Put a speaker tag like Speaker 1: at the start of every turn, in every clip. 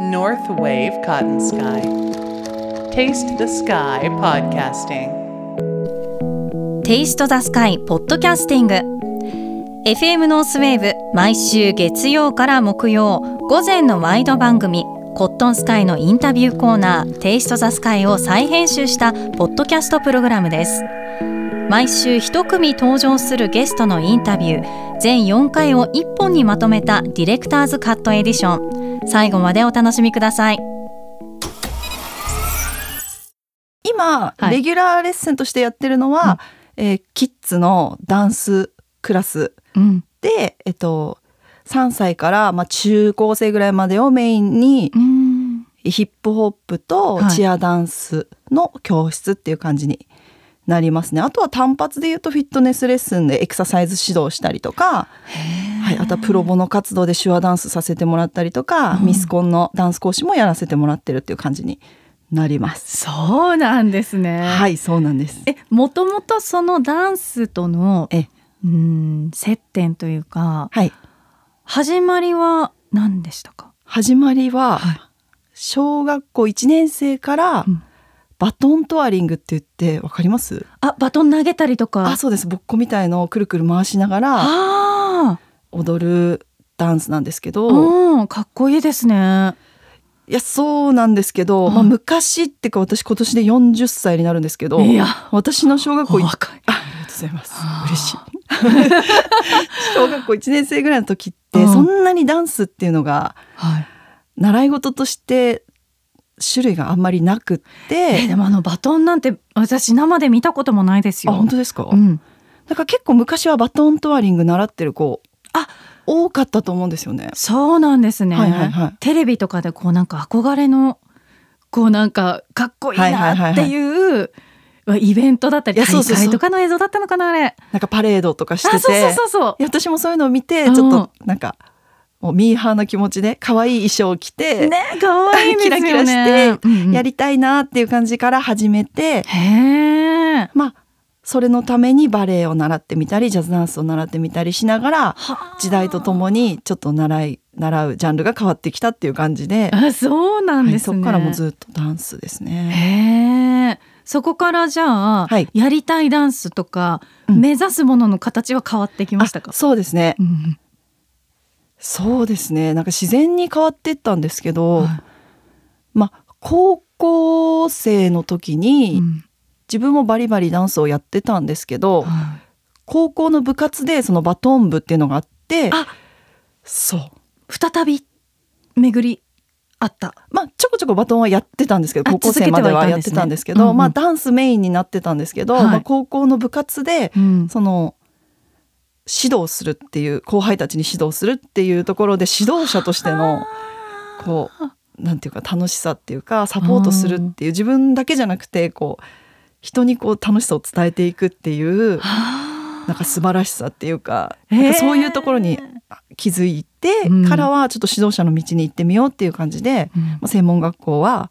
Speaker 1: North Wave Cotton Sky. Taste the Sky Podcasting.
Speaker 2: テイストザスカイポッドキャスティング FM ノースウェーブ毎週月曜から木曜午前のワイド番組コットンスカイのインタビューコーナーテイストザスカイを再編集したポッドキャストプログラムです毎週一組登場するゲストのインタビュー全4回を1本にまとめたディレクターズカットエディション最後までお楽しみください
Speaker 3: 今、
Speaker 2: はい
Speaker 3: レギュラーレッスンとしてやってるのは、えーキッズのダンスクラス
Speaker 2: うん
Speaker 3: で、えっと、3歳から、まあ、中高生ぐらいまでをメインに
Speaker 2: うん
Speaker 3: ヒップホップと
Speaker 2: はい
Speaker 3: チアダンスの教室っていう感じになりますね。あとは単発で言うとフィットネスレッスンでエクササイズ指導したりとか、はい、あとはプロボの活動で手話ダンスさせてもらったりとか、ミスコンのダンス講師もやらせてもらってるっていう感じになります。
Speaker 2: そうなんですね
Speaker 3: はい、そうなんです。
Speaker 2: えもともとそのダンスとの
Speaker 3: え
Speaker 2: うん接点というか
Speaker 3: はい。
Speaker 2: 始まりは何でしたか
Speaker 3: 始まりは、小学校1年生から
Speaker 2: うん
Speaker 3: バトントワリングって言ってわかります
Speaker 2: あバトン投げたりとか
Speaker 3: あそうですぼっこみたいのをくるくる回しながら
Speaker 2: あ
Speaker 3: 踊るダンスなんですけ
Speaker 2: ー
Speaker 3: ど
Speaker 2: うんかっこいいですね
Speaker 3: いやそうなんですけど、まあ、
Speaker 2: うん
Speaker 3: 昔ってか私今年で40歳になるんですけど
Speaker 2: いや
Speaker 3: 私の小学校
Speaker 2: お
Speaker 3: いあ
Speaker 2: 若い
Speaker 3: ありがとうございます
Speaker 2: あー
Speaker 3: 嬉しい小学校1年生ぐらいの時って、
Speaker 2: うん
Speaker 3: そんなにダンスっていうのが
Speaker 2: はい
Speaker 3: 習い事として種類があんまりなくって
Speaker 2: えでもあのバトンなんて私生で見たこともないです
Speaker 3: あ
Speaker 2: よ
Speaker 3: 本当ですか、
Speaker 2: うん
Speaker 3: だから結構昔はバトントワリング習ってる子
Speaker 2: あ
Speaker 3: 多かったと思うんですよね。
Speaker 2: そうなんですね、
Speaker 3: はいはいはい
Speaker 2: テレビとかでこうなんか憧れのこうなんかかっこいいなっていうイベントだったり
Speaker 3: いやそ
Speaker 2: 大
Speaker 3: うそうそう
Speaker 2: 会とかの映像だったのかなあれ
Speaker 3: なんかパレードとかしてて
Speaker 2: あそうそうそうそう
Speaker 3: いや私もそういうのを見てち
Speaker 2: う
Speaker 3: ょ
Speaker 2: ん
Speaker 3: っとなんかもうミーハーな気持ちで可愛い衣装を着て、
Speaker 2: ね可愛いですよね
Speaker 3: キラキラし
Speaker 2: う
Speaker 3: て
Speaker 2: んうん
Speaker 3: やりたいなっていう感じから始めて、
Speaker 2: へえ
Speaker 3: まあそれのためにバレエを習ってみたりジャズダンスを習ってみたりしながら時代とともにちょっと習い習うジャンルが変わってきたっていう感じで、
Speaker 2: あそうなん
Speaker 3: は
Speaker 2: で
Speaker 3: い
Speaker 2: す
Speaker 3: そ
Speaker 2: ね、
Speaker 3: こからもうずっとダンスです
Speaker 2: へえ
Speaker 3: ね。
Speaker 2: そこからじゃあ、
Speaker 3: はい
Speaker 2: やりたいダンスとか、
Speaker 3: うん
Speaker 2: 目指すものの形は変わってきましたか
Speaker 3: あそうですね
Speaker 2: う、ん
Speaker 3: そうですねなんか自然に変わってったんですけ
Speaker 2: う
Speaker 3: ど、
Speaker 2: ん
Speaker 3: まあ高校生の時に
Speaker 2: うん
Speaker 3: 自分もバリバリダンスをやってたんですけど、
Speaker 2: は
Speaker 3: 高校の部活でそのバトン部っていうのがあって
Speaker 2: あ
Speaker 3: そう
Speaker 2: い再び巡りあった
Speaker 3: まあちょこちょこバトンはやってたんですけど
Speaker 2: あ
Speaker 3: 高校生まではやっ
Speaker 2: 続けては
Speaker 3: てた
Speaker 2: いたん
Speaker 3: ん
Speaker 2: で
Speaker 3: ですす
Speaker 2: ね
Speaker 3: け
Speaker 2: うん
Speaker 3: ど、
Speaker 2: うん
Speaker 3: まあダンスメインになってたんですけど、
Speaker 2: はい
Speaker 3: まあ、高校の部活で
Speaker 2: うん
Speaker 3: その指導するっていう後輩たちに指導するっていうところで指導者としてのこうなんていうか楽しさっていうかサポートするっていう自分だけじゃなくてこう人にこう楽しさを伝えていくっていう
Speaker 2: はあ
Speaker 3: なんか素晴らしさっていうか
Speaker 2: へえ
Speaker 3: なんかそういうところに気づいて
Speaker 2: うん
Speaker 3: からはちょっと指導者の道に行ってみようっていう感じで、
Speaker 2: うん
Speaker 3: まあ専門学校は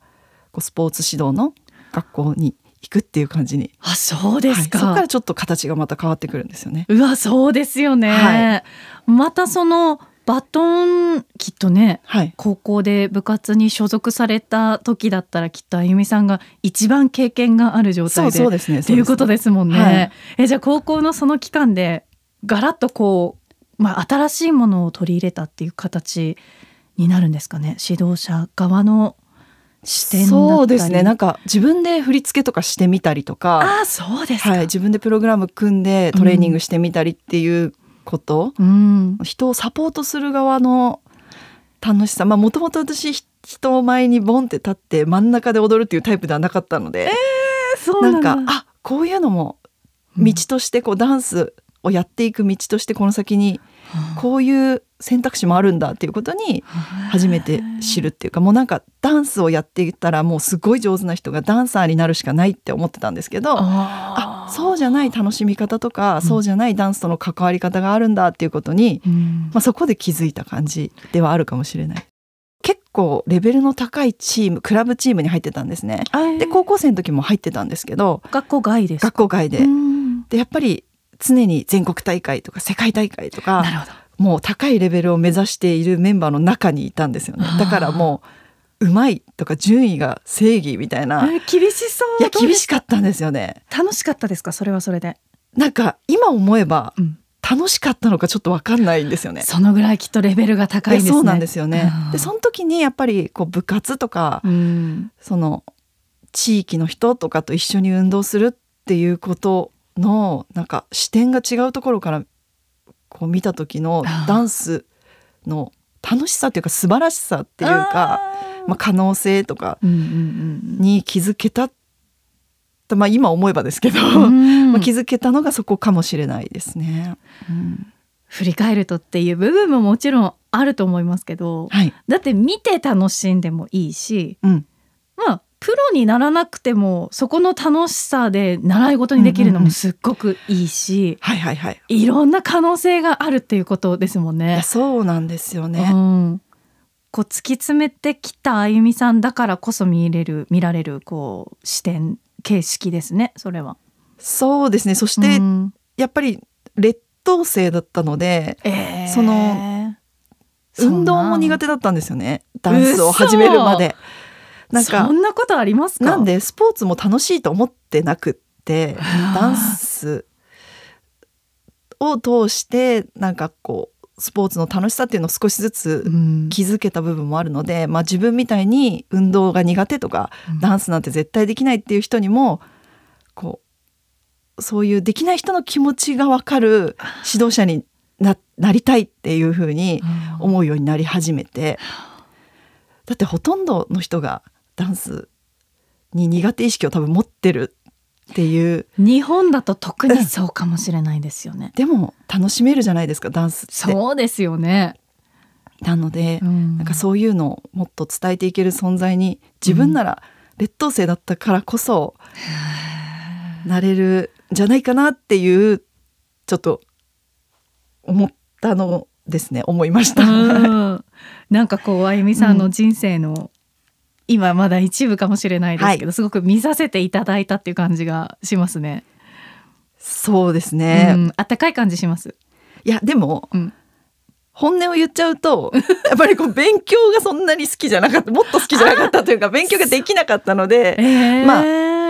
Speaker 3: こうスポーツ指導の学校に行くっていう感じに、
Speaker 2: あそうですか、
Speaker 3: はいそこからちょっと形がまた変わってくるんですよね。
Speaker 2: うわそうですよね、
Speaker 3: は
Speaker 2: またそのバトンきっとね
Speaker 3: はい、
Speaker 2: 高校で部活に所属された時だったらきっとあゆみさんが一番経験がある状
Speaker 3: そ
Speaker 2: 態
Speaker 3: う
Speaker 2: で
Speaker 3: そうですね。。
Speaker 2: っていうことですすもんね。
Speaker 3: はい
Speaker 2: えじゃあ高校のその期間でガラッとこう、まあ、新しいものを取り入れたっていう形になるんですかね指導者側の視点だったり
Speaker 3: そうですね。なんか自分で振り付けとかしてみたりとか、
Speaker 2: ああそうですか、
Speaker 3: はい、自分でプログラム組んでトレーニングしてみたりっていうこと、
Speaker 2: うん、
Speaker 3: 人をサポートする側の楽しさまあもともと私ひ人前にボンって立って真ん中で踊るっていうタイプではなかったので、
Speaker 2: そう
Speaker 3: な
Speaker 2: なんん
Speaker 3: か
Speaker 2: だ
Speaker 3: あこういうのも道としてこうダンスをやっていく道としてこの先にこういう選択肢もあるんだっていうことに初めて知るっていうかもうなんかダンスをやっていたらもうすごい上手な人がダンサーになるしかないって思ってたんですけど
Speaker 2: あ
Speaker 3: あそうじゃない楽しみ方とかそうじゃないダンスとの関わり方があるんだっていうことに
Speaker 2: う、うん
Speaker 3: まあ、そこで気づいた感じではあるかもしれない結構レベルの高いチームクラブチームに入ってたんですねで
Speaker 2: で
Speaker 3: 高校生の時も入ってたんですけど
Speaker 2: 学校外ですか
Speaker 3: 学校外で
Speaker 2: うん
Speaker 3: でやっぱり常に全国大会とか世界大会と
Speaker 2: な
Speaker 3: か
Speaker 2: るほど
Speaker 3: もう高いレベルを目指しているメンバーの中にいたんですよねだからもううまいとか順位が正義みたいな、
Speaker 2: えー厳しそう
Speaker 3: いや
Speaker 2: どう
Speaker 3: 厳しかったんですよね
Speaker 2: 楽しかったですかそれはそれで、
Speaker 3: なんか今思えば
Speaker 2: うん
Speaker 3: 楽しかったのかちょっとわかんないんですよね
Speaker 2: そのぐらいきっとレベルが高いですね
Speaker 3: そうなんですよね
Speaker 2: うん
Speaker 3: でその時にやっぱりこう部活とか、
Speaker 2: うん
Speaker 3: その地域の人とかと一緒に運動するっていうことのなんか視点が違うところからこう見た時の
Speaker 2: あー
Speaker 3: ダンスの楽しさというか素晴らしさっていうかまあ、可能性とか
Speaker 2: うんうん
Speaker 3: に気づけた、まあ、今思えばですけど、
Speaker 2: うんうん
Speaker 3: まあ、気づけたのがそこかもしれないですね。うん
Speaker 2: 振り返るとっていう部分ももちろんあると思いますけど
Speaker 3: はい、
Speaker 2: だって見て楽しんでもいいし
Speaker 3: うん
Speaker 2: まあプロにならなくてもそこの楽しさで習い事にできるのもすっごくいいし、
Speaker 3: はいはいはい
Speaker 2: いろんな可能性があるっていうことですもん
Speaker 3: い
Speaker 2: ね
Speaker 3: や。そうなんですよ
Speaker 2: う
Speaker 3: ね。
Speaker 2: ん、こう突き詰めてきたあゆみさんだからこそ見れる見られるこう視点形式ですねそれは。
Speaker 3: そうですねそして、
Speaker 2: うん
Speaker 3: やっぱり劣等生だったので
Speaker 2: えー
Speaker 3: その運動も苦手だったんですよねダンスを始めるまで。
Speaker 2: そんな
Speaker 3: なんか
Speaker 2: そんなことありますか
Speaker 3: なんでスポーツも楽しいと思ってなくって
Speaker 2: はあ
Speaker 3: ダンスを通してなんかこうスポーツの楽しさっていうのを少しずつ
Speaker 2: うん
Speaker 3: 気づけた部分もあるので、まあ、自分みたいに運動が苦手とか、
Speaker 2: うん
Speaker 3: ダンスなんて絶対できないっていう人にもこうそういうできない人の気持ちが分かる指導者にななりたいっていうふうに
Speaker 2: うん
Speaker 3: 思うようになり始めてだってほとんどの人がダンスに苦手意識を多分持ってるっていう
Speaker 2: 日本だと特にそうかもしれないですよね。
Speaker 3: でも楽しめるじゃないですかダンスって。
Speaker 2: そうですよね。
Speaker 3: なので、
Speaker 2: な
Speaker 3: なんかそういうのをもっと伝えていける存在に自分なら劣等生だったからこそなれるんじゃないかなっていうちょっと思ったのですね思いました。
Speaker 2: うんなんかこうあゆみさんの人生の、今まだ一部かもしれないですけど、すごく見させていただいたっていう感じがしますね。
Speaker 3: そうですね、
Speaker 2: うん、あったかい感じします。
Speaker 3: いやでも
Speaker 2: うん、
Speaker 3: 本音を言っちゃう とやっぱりこう勉強がそんなに好きじゃなかったもっと好きじゃなかったとい うか勉強ができなかったの
Speaker 2: え
Speaker 3: で
Speaker 2: ー、
Speaker 3: ま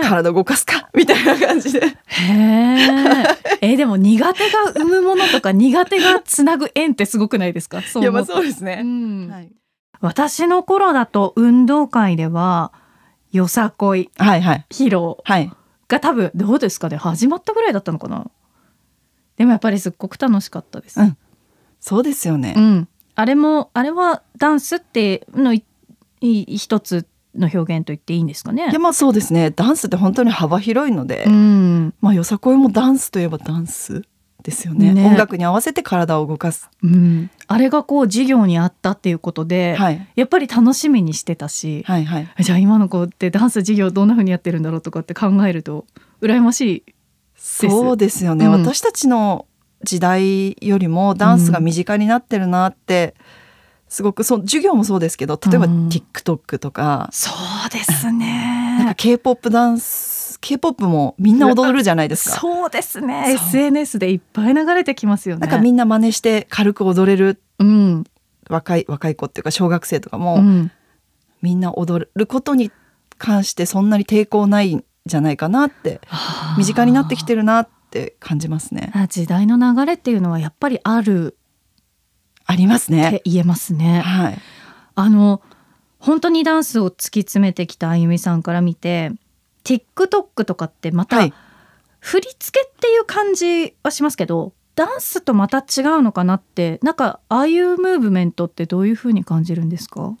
Speaker 3: あ
Speaker 2: あ
Speaker 3: 体動かすかみたいな感じで。
Speaker 2: へー えーでも苦手が生むものとか苦手がつなぐ縁ってすごくないですか。そ
Speaker 3: いうや
Speaker 2: 思
Speaker 3: ま
Speaker 2: う
Speaker 3: あ
Speaker 2: と
Speaker 3: そうです
Speaker 2: う
Speaker 3: ね。
Speaker 2: ん
Speaker 3: はい
Speaker 2: 私の頃だと運動会ではよさこい
Speaker 3: はいはい
Speaker 2: 披露
Speaker 3: はい。
Speaker 2: が多分どうですかね始まったぐらいだったのかなでもやっぱりすっごく楽しかったです、
Speaker 3: うんそうですよね。
Speaker 2: うんあれもあれはダンスってのいい一つの表現と言っていいんですかね
Speaker 3: いやまあそうですねダンスって本当に幅広いので、
Speaker 2: うん
Speaker 3: まあよさこいもダンスといえばダンスですよね
Speaker 2: ね
Speaker 3: 音楽に合わせて体を動かす、
Speaker 2: うん、あれがこう授業にあったっていうことで、
Speaker 3: はい、
Speaker 2: やっぱり楽しみにしてたし、
Speaker 3: はいはい
Speaker 2: じゃあ今の子ってダンス授業どんな風にやってるんだろうとかって考えると羨ましい
Speaker 3: そうですよね、
Speaker 2: うん
Speaker 3: 私たちの時代よりもダンスが身近になってるなって、すごくそう授業もそうですけど例えば
Speaker 2: うん
Speaker 3: TikTok とか、
Speaker 2: そうです
Speaker 3: なん
Speaker 2: ね
Speaker 3: か k p o p ダンス k p o p もみんな踊るじゃないですか。
Speaker 2: そうですね
Speaker 3: そう
Speaker 2: SNS でいっぱい流れてきますよね
Speaker 3: なんかみんな真似して軽く踊れる
Speaker 2: うん
Speaker 3: 若い若い子っていうか小学生とかも、
Speaker 2: うん、
Speaker 3: みんな踊ることに関してそんなに抵抗ないんじゃないかなって身近になってきてるなって感じますね。
Speaker 2: あ時代の流れっていうのはやっぱりある
Speaker 3: あります
Speaker 2: っ
Speaker 3: ね
Speaker 2: て。言えますね。
Speaker 3: はい。
Speaker 2: あの本当にダンスを突き詰めてきたあゆみさんから見て TikTok とかってまた、
Speaker 3: はい。
Speaker 2: 振り付けっていう感じはしますけどダンスとまた違うのかなってなんかああいうムーブメントってどういうふうに感じるんですか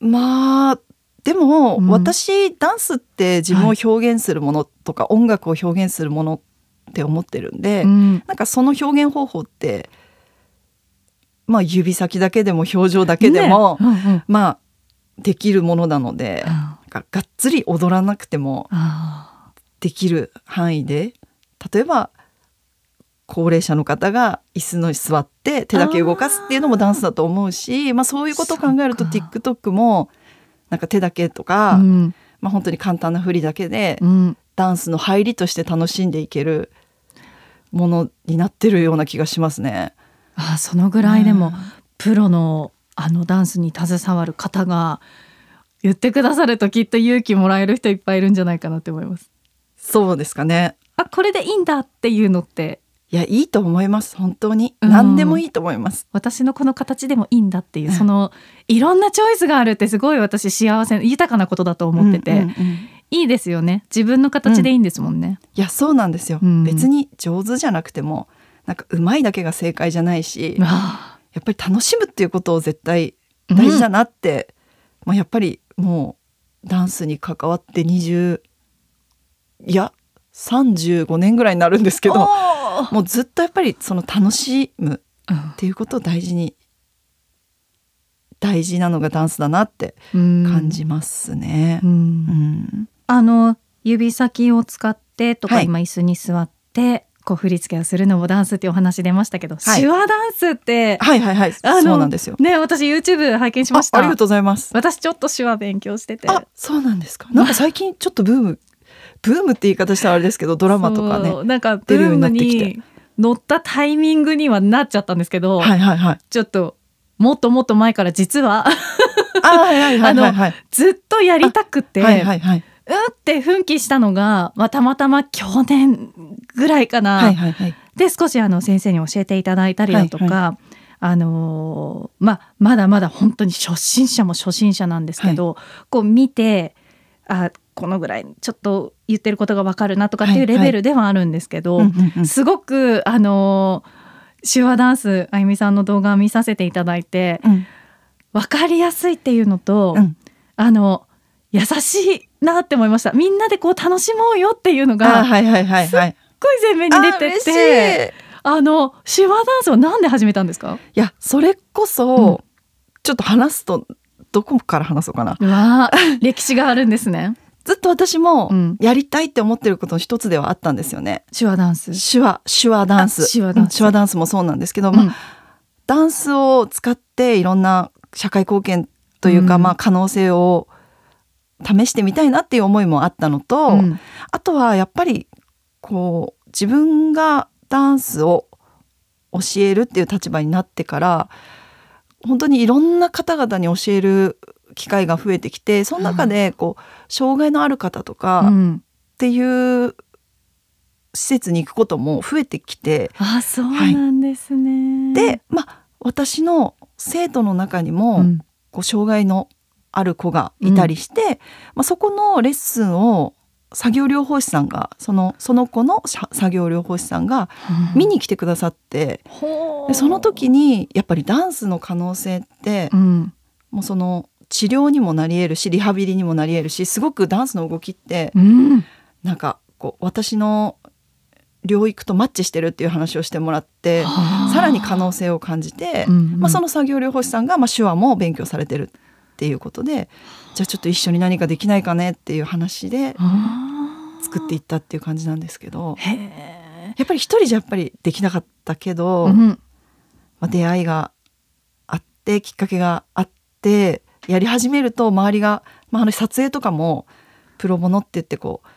Speaker 3: まあでも、
Speaker 2: うん
Speaker 3: 私ダンスって自分を表現するものとか、音楽を表現するものって思ってるんで、
Speaker 2: うん
Speaker 3: なんかその表現方法ってまあ指先だけでも表情だけでも、
Speaker 2: ねうんうん
Speaker 3: まあできるものなので、なん
Speaker 2: あ
Speaker 3: かがっつり踊らなくても
Speaker 2: あ
Speaker 3: できる範囲で例えば高齢者の方が椅子の座って手だけ動かすっていうのもダンスだと思うしまあ、そういうことを考えると
Speaker 2: そ
Speaker 3: TikTok もなんか手だけとか、
Speaker 2: うん
Speaker 3: まあ、本当に簡単な振りだけで
Speaker 2: うん
Speaker 3: ダンスの入りとして楽しんでいけるものになってるような気がしますね。
Speaker 2: ああそのぐらいでもプロのあのダンスに携わる方が言ってくださるときっと勇気もらえる人いっぱいいるんじゃないかなって思います。
Speaker 3: そうですかね
Speaker 2: あこれでいいんだっていうのって
Speaker 3: いやいいと思います本当に
Speaker 2: うん
Speaker 3: 何でもいいと思います、
Speaker 2: 私のこの形でもいいんだっていう
Speaker 3: うん
Speaker 2: そのいろんなチョイスがあるってすごい私幸せ豊かなことだと思ってて、
Speaker 3: うんうんうん
Speaker 2: いいですよね自分の形でいいんですもんね。
Speaker 3: いやそうなんですよ、
Speaker 2: うん
Speaker 3: 別に上手じゃなくてもなんかうまいだけが正解じゃないしや
Speaker 2: わあ
Speaker 3: っぱり楽しむっていうことを絶対大事だなって、まあ、やっぱりもうダンスに関わって20いや35年ぐらいになるんですけど
Speaker 2: おー
Speaker 3: もうずっとやっぱりその楽しむ
Speaker 2: うん
Speaker 3: っていうことを大事に大事なのがダンスだなって感じますね。
Speaker 2: う
Speaker 3: うんん
Speaker 2: あの指先を使ってとか、
Speaker 3: はい
Speaker 2: 今椅子に座ってこう振り付けをするのもダンスっていうお話出ましたけど、
Speaker 3: はい
Speaker 2: 手話ダンスって
Speaker 3: はいはいはい、
Speaker 2: あの
Speaker 3: そうなんですよ。
Speaker 2: ね私 YouTube 拝見し
Speaker 3: あ
Speaker 2: ました
Speaker 3: ありがとうございます。
Speaker 2: 私ちょっと手話勉強してて
Speaker 3: あそうなんですかなんか最近ちょっとブームブームって言い方したらあれですけどドラマとかね
Speaker 2: そうなんかブ
Speaker 3: 出るよう
Speaker 2: ーム
Speaker 3: になってきて
Speaker 2: に乗ったタイミングにはなっちゃったんですけど、
Speaker 3: はいは いはい
Speaker 2: ちょっともっともっと前から実は
Speaker 3: あはいはいはいはいはい
Speaker 2: ずっとやりたくて、
Speaker 3: はいはいはい
Speaker 2: うんって奮起したのが、まあ、たまたま去年ぐらいかな、
Speaker 3: はいはいはい
Speaker 2: で少しあの先生に教えていただいたりだとか、
Speaker 3: はい
Speaker 2: あのーまあ、まだまだ本当に初心者も初心者なんですけど、こう見てあこのぐらいちょっと言ってることがわかるなとかっていう
Speaker 3: はいは
Speaker 2: レ
Speaker 3: い
Speaker 2: ベルではあるんですけど、
Speaker 3: うんうんうん
Speaker 2: すごくあのー手話ダンスあゆみさんの動画を見させていただいて
Speaker 3: うん
Speaker 2: 分かりやすいっていうのと、
Speaker 3: うん
Speaker 2: あの優しいなって思いましたみんなでこう楽しもうよっていうの
Speaker 3: あ
Speaker 2: がすっ
Speaker 3: はいはいはいはい
Speaker 2: ごい前面に出
Speaker 3: あ
Speaker 2: て
Speaker 3: 嬉しい
Speaker 2: て。あの手話ダンスはなんで始めたんですか？
Speaker 3: いやそれこそちょっと話すとどこから話そうかな
Speaker 2: うわあ、歴史があるんですね。
Speaker 3: ずっと私も
Speaker 2: うん
Speaker 3: やりたいって思ってることの一つではあったんですよね
Speaker 2: 手話ダンス。
Speaker 3: 手話手話ダン
Speaker 2: あ
Speaker 3: ス
Speaker 2: 手話ダンス
Speaker 3: うん手話ダンスもそうなんですけどまあ
Speaker 2: うん
Speaker 3: ダンスを使っていろんな社会貢献というか、
Speaker 2: うん
Speaker 3: まあ可能性を試してみたいなっていう思いもあったのと、
Speaker 2: うん
Speaker 3: あとはやっぱりこう自分がダンスを教えるっていう立場になってから本当にいろんな方々に教える機会が増えてきてその中でこう障害のある方と
Speaker 2: う
Speaker 3: かっ
Speaker 2: ん
Speaker 3: ていう施設に行くことも増えてきて、
Speaker 2: あ、そうなんですね。
Speaker 3: で、まあ、私の生徒の中にも、
Speaker 2: うん
Speaker 3: こう障害のある子がいたりして、まあ、そこのレッスンを作業療法士さんがそのその子のさ作業療法士さんが見、に来てくださって、
Speaker 2: ほう
Speaker 3: でその、時にやっぱりダンスの可能性って、
Speaker 2: うん
Speaker 3: もうその治療にもなり得るしリハビリにもなり得るしすごくダンスの動きって
Speaker 2: うん、
Speaker 3: なんかこう私の領域とマッチしてるっていう話をしてもらってさらに可能性を感じて。
Speaker 2: うんうん
Speaker 3: まあ、その作業療法士さんが、まあ、手話も勉強されてるっていうことでじゃあちょっと一緒に何かできないかねっていう話で
Speaker 2: あー
Speaker 3: 作っていったっていう感じなんですけど
Speaker 2: へえ、
Speaker 3: やっぱり一人じゃやっぱりできなかったけど、
Speaker 2: うん
Speaker 3: まあ、出会いがあってきっかけがあってやり始めると周りが、まあ、あの撮影とかもプロボノって言ってこう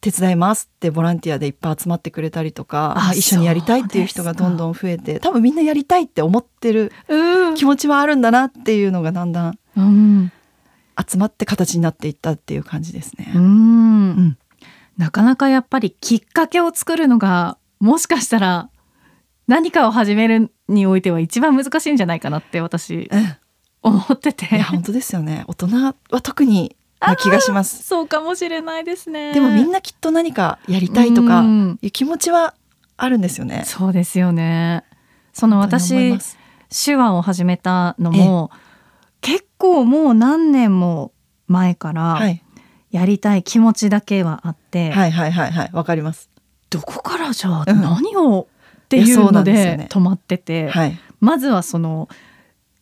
Speaker 3: 手伝いますってボランティアでいっぱい集まってくれたりとか
Speaker 2: あ
Speaker 3: まあ一緒にやりたいっていう人がどんどん増えて多分みんなやりたいって思ってる
Speaker 2: うん
Speaker 3: 気持ちはあるんだなっていうのがだんだん
Speaker 2: うん
Speaker 3: 集まって形になっていったっていう感じですね。
Speaker 2: うん
Speaker 3: うん
Speaker 2: なかなかやっぱりきっかけを作るのがもしかしたら何かを始めるにおいては一番難しいんじゃないかなって私
Speaker 3: うん
Speaker 2: 思ってて
Speaker 3: いや本当ですよね。大人は特にな気がします。
Speaker 2: そうかもしれないですね
Speaker 3: でもみんなきっと何かやりたいと
Speaker 2: う
Speaker 3: か
Speaker 2: ん
Speaker 3: いう気持ちはあるんですよね。
Speaker 2: そうですよねその
Speaker 3: 本当に思い
Speaker 2: 私
Speaker 3: ます
Speaker 2: 手話を始めたのも結構もう何年も前か
Speaker 3: は
Speaker 2: ら
Speaker 3: い
Speaker 2: やりたい気持ちだけはあって、
Speaker 3: はいはいはいはいわかります。
Speaker 2: どこからじゃあ
Speaker 3: うん
Speaker 2: 何を、って
Speaker 3: い
Speaker 2: い
Speaker 3: やそううな
Speaker 2: の
Speaker 3: んですよ
Speaker 2: で
Speaker 3: ね
Speaker 2: 止まってて、
Speaker 3: はい
Speaker 2: まずはその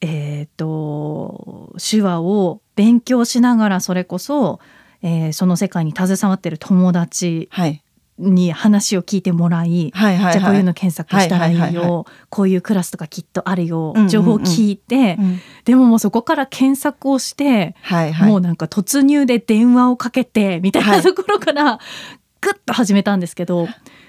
Speaker 2: えっ、と手話を勉強しながらそれこそ、えーその世界に携わってる友達
Speaker 3: はい
Speaker 2: に話を聞いてもらい、
Speaker 3: はいはいはい。
Speaker 2: じゃあこういうの検索したらいいよ、
Speaker 3: はいはいはいは
Speaker 2: こういうクラスとかきっとあるよ、
Speaker 3: うんうんうん
Speaker 2: 情報を聞いて、
Speaker 3: うん
Speaker 2: でももうそこから検索をして、
Speaker 3: はいはい。
Speaker 2: もうなんか突入で電話をかけてみたい
Speaker 3: は
Speaker 2: ないところからグッと始めたんですけど、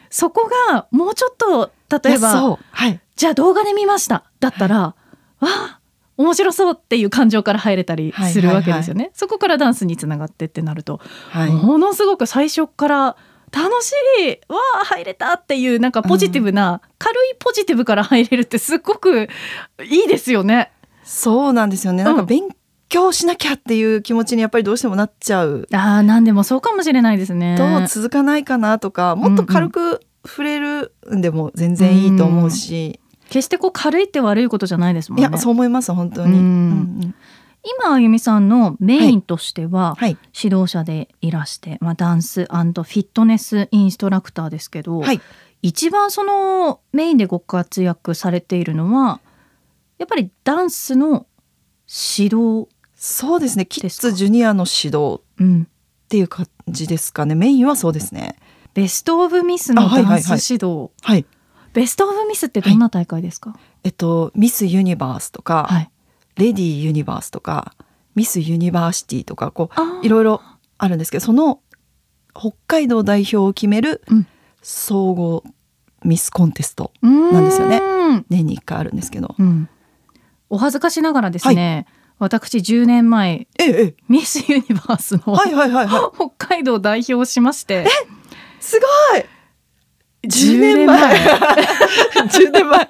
Speaker 2: そこがもうちょっと
Speaker 3: い
Speaker 2: 例え
Speaker 3: や
Speaker 2: ば
Speaker 3: そうはい
Speaker 2: じゃあ動画で見ましただったら、わあ面白そうっていう感情から入れたり
Speaker 3: はい
Speaker 2: するわけ
Speaker 3: はい
Speaker 2: ですよね、そこからダンスにつながってってなると、
Speaker 3: はい
Speaker 2: ものすごく最初から楽しいわあ入れたっていうなんかポジティブな、軽いポジティブから入れるってすごくいいですよね。
Speaker 3: そうなんですよね。
Speaker 2: うん
Speaker 3: なんか勉強しなきゃっていう気持ちにやっぱりどうしてもなっちゃう
Speaker 2: あー何でもそうかもしれないですね。
Speaker 3: と続かないかなとか、もっと軽く触れるんでも全然いいと思うし、
Speaker 2: 決してこう軽いって悪いことじゃないですもん
Speaker 3: い
Speaker 2: ね。
Speaker 3: やそう思います本当に。
Speaker 2: うん
Speaker 3: うんうん
Speaker 4: 今あゆみさんのメインとしては、
Speaker 3: はい
Speaker 4: 指導者でいらして、まあ、ダンスフィットネスインストラクターですけど、
Speaker 3: はい
Speaker 4: 一番そのメインでご活躍されているのはやっぱりダンスの指導、
Speaker 3: そうですね。キッ
Speaker 4: ですか
Speaker 3: ズジュニアの指導
Speaker 4: うん、
Speaker 3: っていう感じですかね。メインはそうですね。
Speaker 2: ベスト・オブ・ミスの
Speaker 3: あはい
Speaker 2: ダ
Speaker 3: は
Speaker 2: ン
Speaker 3: い
Speaker 2: ス
Speaker 3: はい
Speaker 2: 指導、
Speaker 3: はい。
Speaker 2: ベスト・オブ・ミスってどんな大会ですか、
Speaker 3: えっとミスユニバースとか、
Speaker 2: はい
Speaker 3: レディーユニバースとかミスユニバーシティとかこう
Speaker 2: あー
Speaker 3: いろいろあるんですけどその北海道代表を決める
Speaker 2: うん
Speaker 3: 総合ミスコンテスト
Speaker 2: なん
Speaker 3: ですよね
Speaker 2: ね。
Speaker 3: 年に1回あるんですけど
Speaker 2: うん、お恥ずかしながらですね、私10年前
Speaker 3: えええ
Speaker 2: ミス・ユニバース
Speaker 3: え
Speaker 2: の、
Speaker 3: はいはいはいは
Speaker 2: 北海道代表をしまして
Speaker 3: いすごい10年前 10年前はい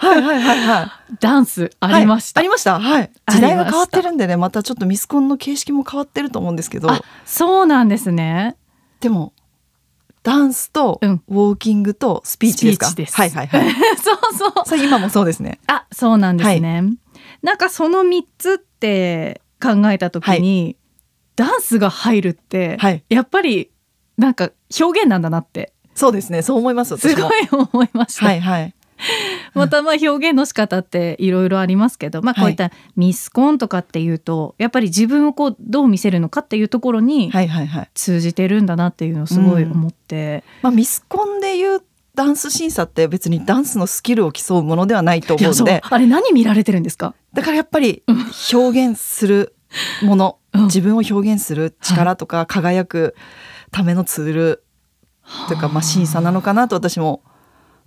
Speaker 3: はいはいはい
Speaker 2: ダンスありました、
Speaker 3: はいありましたは
Speaker 2: あ
Speaker 3: い
Speaker 2: りました
Speaker 3: 時代が変わってるんでねまたちょっとミスコンの形式も変わってると思うんですけど
Speaker 2: あそうなんですね
Speaker 3: でもダンスと
Speaker 2: う
Speaker 3: ウ
Speaker 2: ん
Speaker 3: ォーキングとスピーチですか、
Speaker 2: スピーチです
Speaker 3: はいはいはい
Speaker 2: そうそう
Speaker 3: それ今もそうですね
Speaker 2: あそうなんですね、なんかその3つって考えた時に、ダンスが入るって、
Speaker 3: はい
Speaker 2: やっぱりなんか表現なんだなって
Speaker 3: そうですねそう思います
Speaker 2: す
Speaker 3: 私
Speaker 2: ご
Speaker 3: も
Speaker 2: い思いました、
Speaker 3: はいはい
Speaker 2: またまあ表現の仕方っていろいろありますけど、まあ、こういったミスコンとかっていうとやっぱり自分をこうどう見せるのかっていうところに
Speaker 3: はいはいはい
Speaker 2: 通じてるんだなっていうのをすごい思って、
Speaker 3: まあミスコンでいうダンス審査って別にダンスのスキルを競うものではないと
Speaker 2: い
Speaker 3: 思う
Speaker 2: やそ
Speaker 3: の
Speaker 2: う
Speaker 3: で
Speaker 2: あれ何見られてるんですか
Speaker 3: だからやっぱり表現するもの、
Speaker 2: うん
Speaker 3: 自分を表現する力とか輝くためのツールというかまあ審査なのかなと私も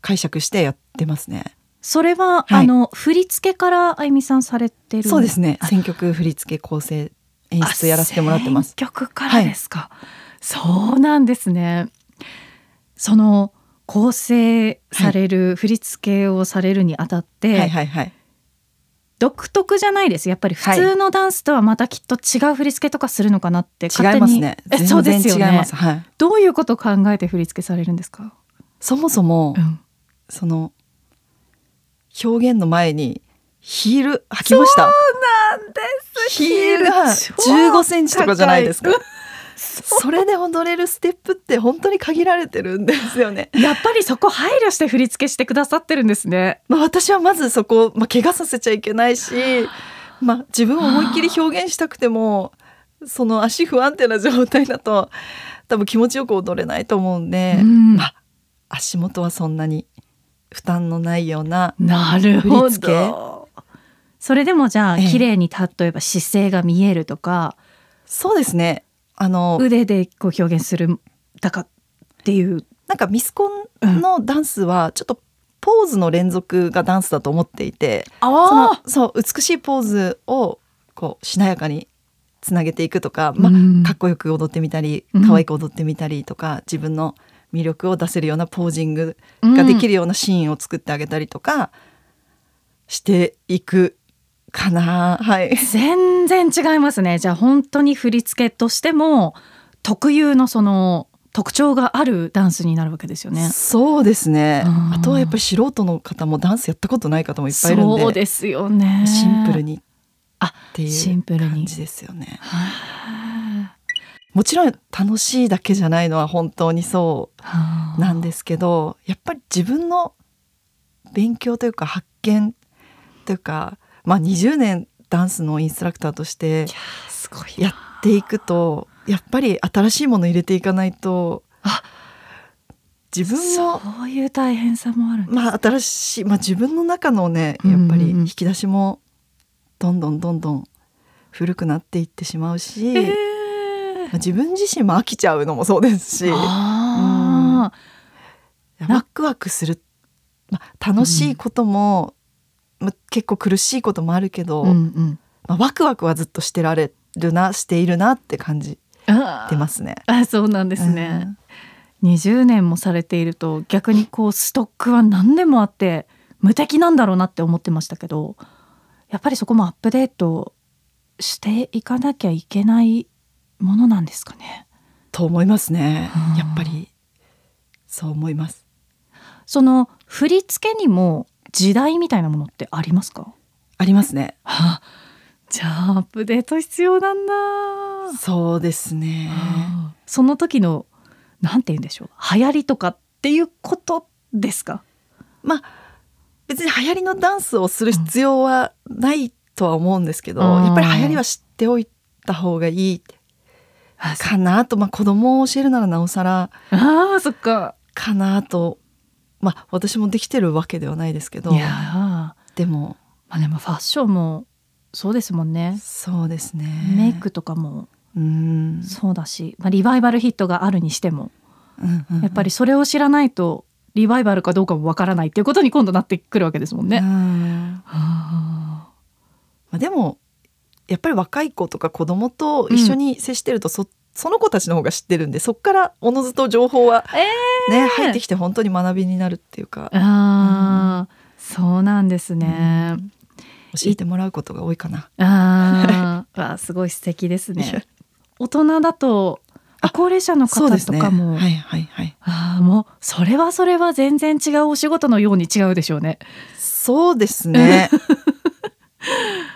Speaker 3: 解釈してやってますね。
Speaker 4: それは、
Speaker 3: はい
Speaker 4: あの振り付けからあゆみさんされてる
Speaker 3: そうですね
Speaker 4: あ
Speaker 3: 選曲振り付け構成演出やらせてもらってます
Speaker 2: 選曲からですか、そうなんですねその構成される、振り付けをされるにあたって、
Speaker 3: はいはいはい
Speaker 2: 独特じゃないですやっぱり普
Speaker 3: はい
Speaker 2: 通のダンスとはまたきっと違う振り付けとかするのかなって勝手
Speaker 3: 違
Speaker 2: に
Speaker 3: いますね
Speaker 2: えそうで
Speaker 3: 全
Speaker 2: す
Speaker 3: 然
Speaker 2: よ
Speaker 3: 違いま
Speaker 2: ね
Speaker 3: すはい
Speaker 2: どういうことを考えて振り付けされるんですか、
Speaker 3: そもそも
Speaker 2: うん、
Speaker 3: その表現の前にヒール履きましたヒールが15センチとかじゃないですかそれで踊れるステップって本当に限られてるんですよね
Speaker 2: やっぱりそこ配慮して振り付けしてくださってるんですね
Speaker 3: まあ私はまずそこを、まあ、怪我させちゃいけないし、まあ、自分を思いっきり表現したくてもその足不安定な状態だと多分気持ちよく踊れないと思うんで、
Speaker 2: うん
Speaker 3: まあ、足元はそんなに負担のないような
Speaker 2: なる
Speaker 3: 振
Speaker 2: ほ
Speaker 3: り付け
Speaker 2: どそれでもじゃあ
Speaker 3: ええ
Speaker 2: 綺麗に例えば姿勢が見えるとか
Speaker 3: そうですねあの
Speaker 2: 腕でこう表現するだかっていう
Speaker 3: なんかミスコンのダンスはちょっとポーズの連続がダンスだと思っていてそのそう美しいポーズをこうしなやかにつなげていくとか、まあ
Speaker 2: うん
Speaker 3: かっこよく踊ってみたり
Speaker 2: うん
Speaker 3: 可愛く踊ってみたりとか、自分の魅力を出せるようなポージング
Speaker 2: うん
Speaker 3: ができるようなシーンを作ってあげたりとかしていくかな、はい。
Speaker 2: 全然違いますねじゃあ本当に振り付けとしても特有のその特徴があるダンスになるわけですよね。
Speaker 3: そうですね
Speaker 2: うん
Speaker 3: あとはやっぱり素人の方もダンスやったことない方もいっぱいいるんで
Speaker 2: そうですよね。
Speaker 3: シンプルに
Speaker 2: あ
Speaker 3: っていう
Speaker 2: シンプルに
Speaker 3: 感じですよね。もちろん楽しいだけじゃないのは本当にそ
Speaker 2: はあ
Speaker 3: うなんですけどやっぱり自分の勉強というか発見というか、まあ、20年ダンスのインストラクターとして
Speaker 2: すごい
Speaker 3: やっていくとやっぱり新しいもの入れていかないと
Speaker 2: あ
Speaker 3: 自分の
Speaker 2: そういう大変さもあるんだ
Speaker 3: まあ新しい、まあ、自分の中のね
Speaker 2: うんう
Speaker 3: や
Speaker 2: んう
Speaker 3: っ
Speaker 2: ん
Speaker 3: ぱり引き出しもどんどんどんどん古くなっていってしまうし、
Speaker 2: え
Speaker 3: まあ自分自身も飽きちゃうのもそうですし
Speaker 2: え
Speaker 3: ワ
Speaker 2: ああ
Speaker 3: クワクする、まあ、楽しいこともまあ、結構苦しいこともあるけど、
Speaker 2: うんうん
Speaker 3: まあ、ワクワクはずっとしてられるなしているなって感じ
Speaker 2: あ
Speaker 3: てますね。
Speaker 2: あそうなんですね、20年もされていると逆にこうストックは何年もあって無敵なんだろうなって思ってましたけどやっぱりそこもアップデートしていかなきゃいけないものなんですかね。
Speaker 3: と思いますね
Speaker 2: うん。
Speaker 3: やっぱりそう思います。
Speaker 2: その振り付けにも時代みたいなものってありますか、
Speaker 3: ありますね。
Speaker 2: はあ、じゃあアップデート必要なんだ、
Speaker 3: そうですね。
Speaker 2: はあその時のなんて言うんでしょう流行りとかっていうことですか
Speaker 3: まあ別に流行りのダンスをする必要はないとは思うんですけど、
Speaker 2: うん
Speaker 3: やっぱり流行りは知っておいた方がいいかなと、まあ、子供を教えるならなおさら
Speaker 2: ああそっか
Speaker 3: かなと、まあ、私もできてるわけではないですけど
Speaker 2: いやーま
Speaker 3: でも
Speaker 2: あでもファッションもそうですもんね
Speaker 3: そうですね
Speaker 2: メイクとかも
Speaker 3: うん
Speaker 2: そうだし、まあ、リバイバルヒットがあるにしても
Speaker 3: うんうんうん
Speaker 2: やっぱりそれを知らないとリバイバルかどうかもわからないっていうことに今度なってくるわけですもんね。
Speaker 3: う
Speaker 2: は
Speaker 3: ん
Speaker 2: あ
Speaker 3: まあ、でもやっぱり若い子とか子供と一緒に接してるとそ,、その子たちの方が知ってるんでそこからおのずと情報は、
Speaker 2: え
Speaker 3: ね入ってきて本当に学びになるっていうか
Speaker 2: あー、そうなんですね。
Speaker 3: 教えてもらうことが多いかな。
Speaker 2: あー わあすごい素敵です
Speaker 3: いや
Speaker 2: ね。大人だと
Speaker 3: あ
Speaker 2: 高齢者の方とかも、
Speaker 3: はいはいはい。
Speaker 2: あーもうそれはそれは全然違うお仕事のように違うでしょうね。
Speaker 3: そうです ね。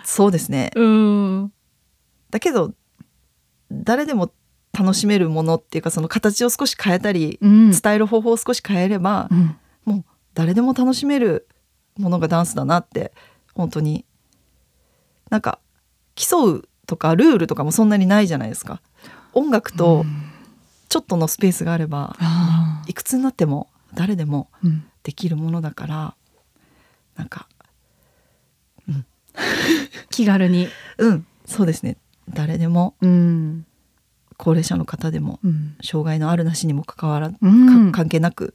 Speaker 3: そうですね。
Speaker 2: うん
Speaker 3: だけど誰でも楽しめるものっていうかその形を少し変えたり、
Speaker 2: うん
Speaker 3: 伝える方法を少し変えれば、
Speaker 2: うん
Speaker 3: もう誰でも楽しめるものがダンスだなって本当になんか競うとかルールとかもそんなにないじゃないですか。音楽とちょっとのスペースがあれば、
Speaker 2: あ
Speaker 3: いくつになっても誰でも
Speaker 2: ーうん
Speaker 3: できるものだからなんか
Speaker 2: 気軽に、
Speaker 3: うんそうですね誰でも
Speaker 2: うん
Speaker 3: 高齢者の方でも
Speaker 2: うん
Speaker 3: 障害のあるなしにもかかわらず、
Speaker 2: うん
Speaker 3: か関係なく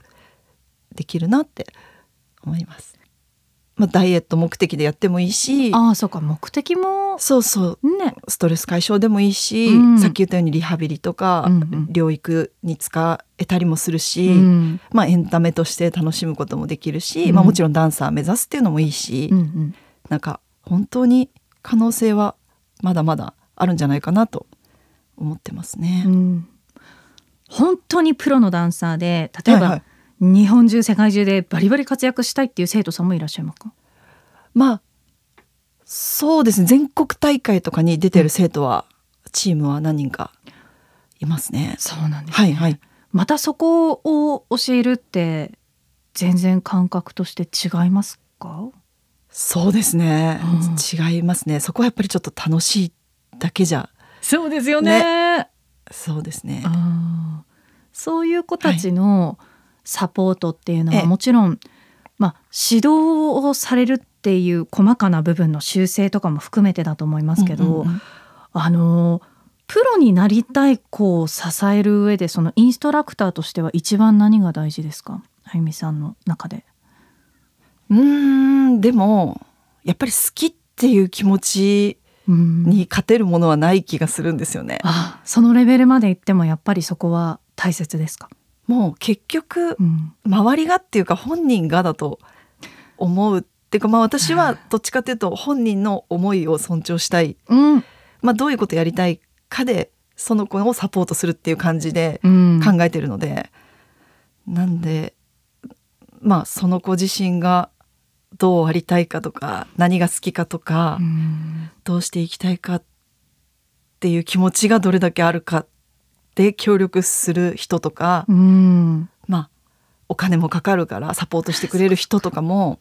Speaker 3: できるなって思います。まあ、ダイエット目的でやってもいいし
Speaker 2: ああそうか目的も
Speaker 3: そうそう
Speaker 2: ね、
Speaker 3: ストレス解消でもいいし、
Speaker 2: うん
Speaker 3: さっき言ったようにリハビリとか、
Speaker 2: うんうん
Speaker 3: 療育に使えたりもするし、
Speaker 2: うん
Speaker 3: まあ、エンタメとして楽しむこともできるし、
Speaker 2: うん
Speaker 3: まあ、もちろんダンサー目指すっていうのもいいし、
Speaker 2: うんうん、
Speaker 3: なんか本当に可能性はまだまだあるんじゃないかなと思ってますね。
Speaker 2: うん本当にプロのダンサーで例えば、
Speaker 3: はいはい
Speaker 2: 日本中世界中でバリバリ活躍したいっていう生徒さんもいらっしゃいますか
Speaker 3: まあそうですね全国大会とかに出てる生徒は、チームは何人かいますね。
Speaker 2: そうなん
Speaker 3: はいはい。
Speaker 2: またそこを教えるって全然感覚として違いますか
Speaker 3: そうですね、
Speaker 2: うん
Speaker 3: 違いますね。そこはやっぱりちょっと楽しいだけじゃ
Speaker 2: そうですよね
Speaker 3: そうですね。
Speaker 2: あーそういう子たちのサポートっていうの
Speaker 3: え
Speaker 2: は
Speaker 3: え
Speaker 2: もちろん、まあ、指導をされるっていう細かな部分の修正とかも含めてだと思いますけど、
Speaker 3: うんうんうん
Speaker 2: あのプロになりたい子を支える上でそのインストラクターとしては一番何が大事ですかあゆみさんの中で。
Speaker 3: うーんでもやっぱり好きっていう気持ち
Speaker 2: うん
Speaker 3: に勝てるものはない気がするんですよね。
Speaker 2: あそのレベルまで行ってもやっぱりそこは大切ですか、
Speaker 3: もう結局
Speaker 2: うん
Speaker 3: 周りがっていうか本人がだと思うっていうかまあ私はどっちかっていうと本人の思いを尊重したい
Speaker 2: うん
Speaker 3: まあ、どういうことやりたいかでその子をサポートするっていう感じで
Speaker 2: うん、
Speaker 3: 考えてるので、なんでまあその子自身がどうありたいかとか何が好きかとか、
Speaker 2: うん
Speaker 3: どうしていきたいかっていう気持ちがどれだけあるかで協力する人とか、
Speaker 2: うん
Speaker 3: まあお金もかかるからサポートしてくれる人とかも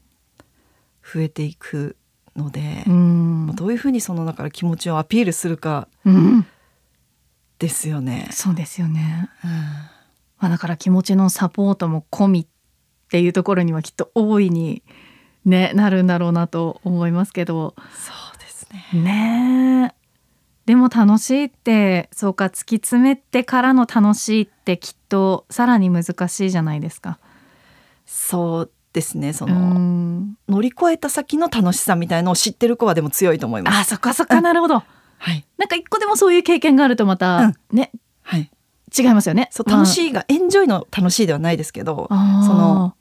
Speaker 3: 増えていくので、
Speaker 2: うん
Speaker 3: まあどういうふうにそのだから気持ちをアピールするか
Speaker 2: うん、
Speaker 3: ですよね。
Speaker 2: そうですよね、まあ、だから気持ちのサポートも込みっていうところにはきっと大いに、ね、なるんだろうなと思いますけど
Speaker 3: そうですね。
Speaker 2: ねえでも楽しいってそうか突き詰めてからの楽しいってきっとさらに難しいじゃないですか。
Speaker 3: そうですねそうの、
Speaker 2: ん
Speaker 3: 乗り越えた先の楽しさみたいのを知ってる子はでも強いと思います。
Speaker 2: あそっかそっかなるほど
Speaker 3: はい、
Speaker 2: なんか一個でもそういう経験があるとまた、
Speaker 3: うん
Speaker 2: ね
Speaker 3: はい、
Speaker 2: 違いますよね
Speaker 3: そう楽し
Speaker 2: い、
Speaker 3: いが、エンジョイの楽しいではないですけど
Speaker 2: あー
Speaker 3: その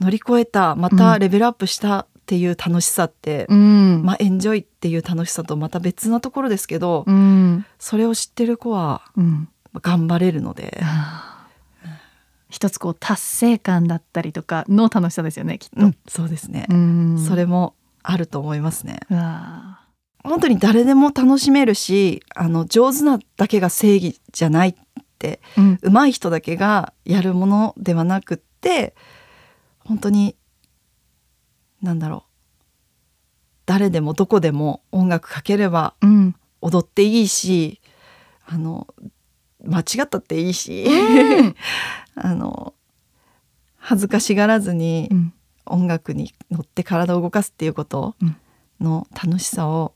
Speaker 3: 乗り越えたまたレベルアップしたっていう楽しさって、
Speaker 2: うん、
Speaker 3: まあ、エンジョイっていう楽しさとまた別なところですけど、
Speaker 2: うん
Speaker 3: それを知ってる子は
Speaker 2: うん
Speaker 3: 頑張れるので、
Speaker 2: あー一つこう達成感だったりとかの楽しさですよねきっと、
Speaker 3: うん、そうですね、
Speaker 2: うん
Speaker 3: それもあると思いますね
Speaker 2: うわ
Speaker 3: 本当に誰でも楽しめるしあの上手なだけが正義じゃないって
Speaker 2: ーうん
Speaker 3: 上手い人だけがやるものではなくって本当に何だろう誰でもどこでも音楽かければ
Speaker 2: うん
Speaker 3: 踊っていいしあの間違ったっていいし、 あの恥ずかしがらずに
Speaker 2: うん
Speaker 3: 音楽に乗って体を動かすっていうこと
Speaker 2: うん
Speaker 3: の楽しさを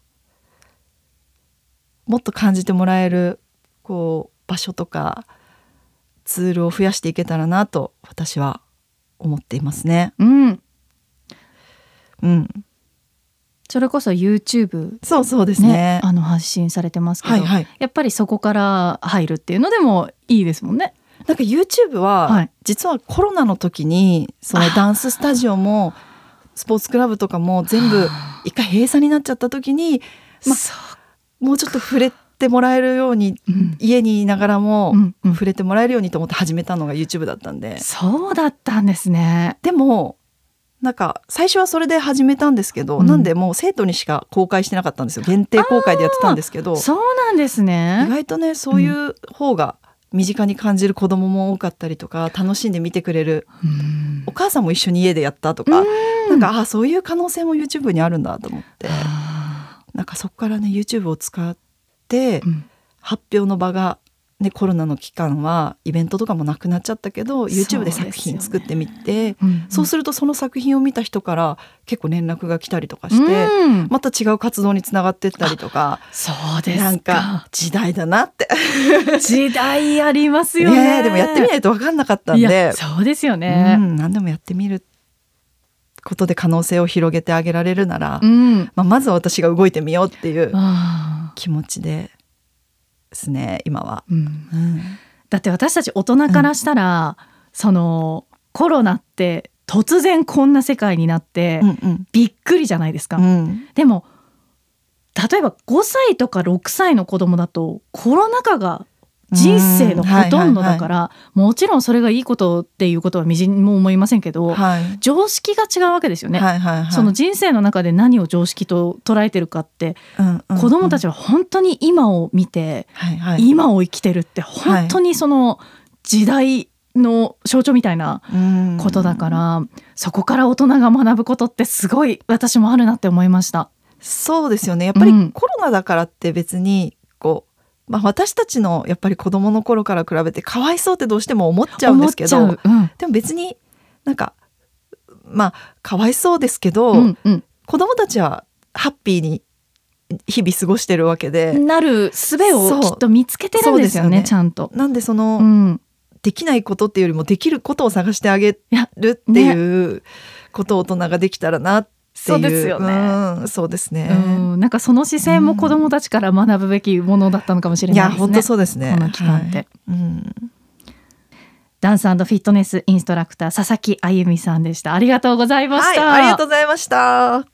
Speaker 3: もっと感じてもらえるこう場所とかツールを増やしていけたらなと私は思っていますね。
Speaker 2: うん
Speaker 3: うん、
Speaker 2: それこそ YouTube
Speaker 3: そうそうです
Speaker 2: ね
Speaker 3: ね。
Speaker 2: あの発信されてますけど、
Speaker 3: はいはい。
Speaker 2: やっぱりそこから入るっていうのでもいいですもんね。
Speaker 3: なんか YouTube は、
Speaker 2: はい
Speaker 3: 実はコロナの時にそのダンススタジオもスポーツクラブとかも全部一回閉鎖になっちゃった時に、ま
Speaker 2: そ
Speaker 3: もうちょっと触れてもらえるように
Speaker 2: う,、うん
Speaker 3: 家にいながらも
Speaker 2: うんうん
Speaker 3: 触れてもらえるようにと思って始めたのが YouTube だったんで
Speaker 2: そうだったんですね。
Speaker 3: でもなんか最初はそれで始めたんですけど、
Speaker 2: うん
Speaker 3: なんでもう生徒にしか公開してなかったんですよ限定公開でやってたんですけど
Speaker 2: そうなんです
Speaker 3: 意
Speaker 2: ね。
Speaker 3: 外とねそういう方が身近に感じる子供も多かったりとか楽しんで見てくれる
Speaker 2: うん
Speaker 3: お母さんも一緒に家でやったとか、なんかああそういう可能性も YouTube にあるんだと思って
Speaker 2: あ
Speaker 3: なんかそこからね YouTube を使って
Speaker 2: ーうん
Speaker 3: 発表の場が、ね、コロナの期間はイベントとかもなくなっちゃったけど YouTube で作品作ってみて
Speaker 2: うん
Speaker 3: そうするとその作品を見た人から結構連絡が来たりとかして、
Speaker 2: うん
Speaker 3: また違う活動につながってったりとか
Speaker 2: そうですか。
Speaker 3: なんか時代だなって
Speaker 2: 時代ありますよ
Speaker 3: ね
Speaker 2: ね。
Speaker 3: えでもやって みないと分かんなかったん
Speaker 2: い
Speaker 3: で
Speaker 2: や、そうですよ
Speaker 3: う
Speaker 2: ね。
Speaker 3: ん、何でもやってみることで可能性を広げてあげられるなら、
Speaker 2: うん。
Speaker 3: まあ、まずは私が動いてみようっていう
Speaker 2: あ
Speaker 3: 気持ちでですね今は。
Speaker 2: ーうん
Speaker 3: うん
Speaker 2: だって私たち大人からしたら、そのコロナって突然こんな世界になって、
Speaker 3: うん
Speaker 2: びっくりじゃないですか、
Speaker 3: うん
Speaker 2: でも例えば5歳とか6歳の子供だとコロナ禍が人生のほとんどだから、もちろんそれがいいことっていうことはみじんも思いませんけど、
Speaker 3: はい
Speaker 2: 常識が違うわけですよね、
Speaker 3: はいはいはい、
Speaker 2: その人生の中で何を常識と捉えてるかって、子供たち
Speaker 3: は、
Speaker 2: は本当に今を見て、
Speaker 3: はいはい、
Speaker 2: 今を生きてるって本当にその時代の象徴みたいな
Speaker 3: うん
Speaker 2: ことだから、そこから大人が学ぶことってすごい私もあるなって思いました。
Speaker 3: そうですよねやっぱり
Speaker 2: うん
Speaker 3: コロナだからって別にこう、まあ、私たちのやっぱり子供の頃から比べてかわいそうってどうしても思っちゃうんですけ
Speaker 2: 思っ
Speaker 3: ど
Speaker 2: ちゃううん
Speaker 3: でも別になんかまあかわいそうですけど、
Speaker 2: うんうん
Speaker 3: 子供たちはハッピーに日々過ごしてるわけで、
Speaker 2: なる術をきっと見つけてるんですよね
Speaker 3: そうそうですよね
Speaker 2: ちゃんと。
Speaker 3: なんでその、
Speaker 2: うん、
Speaker 3: できないことっていうよりもできることを探してあげ
Speaker 2: いや
Speaker 3: るっていうことを大人ができたらなっていう。
Speaker 2: そうですよね。
Speaker 3: うん、そうですね。
Speaker 2: うん、なんかその姿勢も子どもたちから学ぶべきものだったのかもしれ
Speaker 3: い
Speaker 2: ない
Speaker 3: や、
Speaker 2: ですね。
Speaker 3: 本当そうですね。
Speaker 2: この期間って
Speaker 3: はいうん、
Speaker 2: ダンスフィットネスインストラクター佐々木あゆみさんでした。ありがとうございまし
Speaker 3: はい、
Speaker 2: た。
Speaker 3: ありがとうございました。